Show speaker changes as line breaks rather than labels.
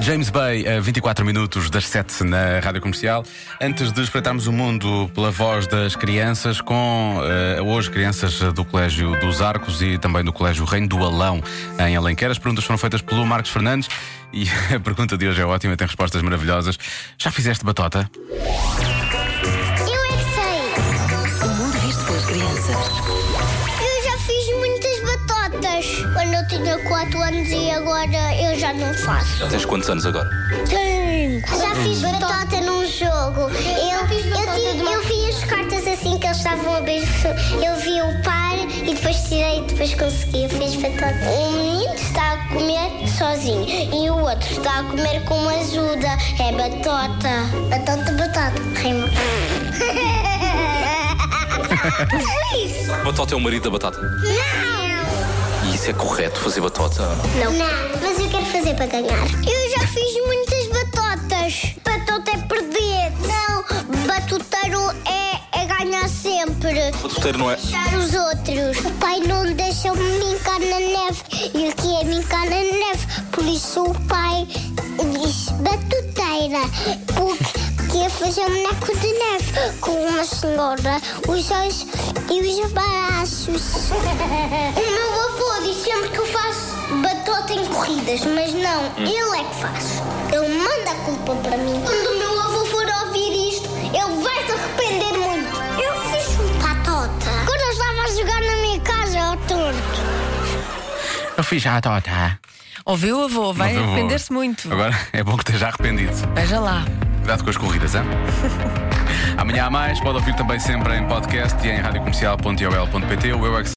James Bay, a 24 minutos das 7 na Rádio Comercial. Antes de espreitarmos o mundo pela voz das crianças, com eh, hoje crianças do Colégio dos Arcos e também do Colégio Reino do Alão, em Alenquer. As perguntas foram feitas pelo Marcos Fernandes e a pergunta de hoje é ótima, tem respostas maravilhosas. Já fizeste batota?
Eu é que sei!
O mundo visto pelas crianças.
Eu já fiz muitas batotas quando eu tinha 4 anos e agora eu já não faço.
Tens quantos anos agora?
Já fiz batota num jogo. Eu, fiz, eu, tive- eu vi as cartas assim que eles estavam a beijo. Eu vi o par e depois tirei e depois consegui. Eu fiz batota. Um menino está a comer sozinho e o outro está a comer com ajuda. É batota. Batota, batota. Rima. Que é isso?
Batota é o marido da batata.
Não!
E isso é correto, fazer batota?
Não. Mas eu quero fazer para ganhar. Eu já fiz muitas batotas. Batota é perder. Não, batuteiro é, é ganhar sempre.
Batuteiro não é?
Deixar os outros. O pai não deixa-me brincar na neve. E o que é brincar na neve? Por isso o pai diz batuteira. Porque quer fazer um boneco de neve com uma senhora, os olhos e os braços. o meu avô diz sempre que eu faço batota em corridas, mas não, ele é que faz. Ele manda a culpa para mim. Quando o meu avô for ouvir isto, ele vai se arrepender muito. Eu fiz um batota. Quando eu estava a jogar na minha casa, ao torto.
Eu fiz a batota.
Ouviu, avô? Vai
Não, por favor.
arrepender-se muito.
Agora é bom que esteja arrependido.
Veja lá.
Cuidado com as corridas, hein? Amanhã há mais, pode ouvir também sempre em podcast e em radiocomercial.iol.pt. O Eu É Que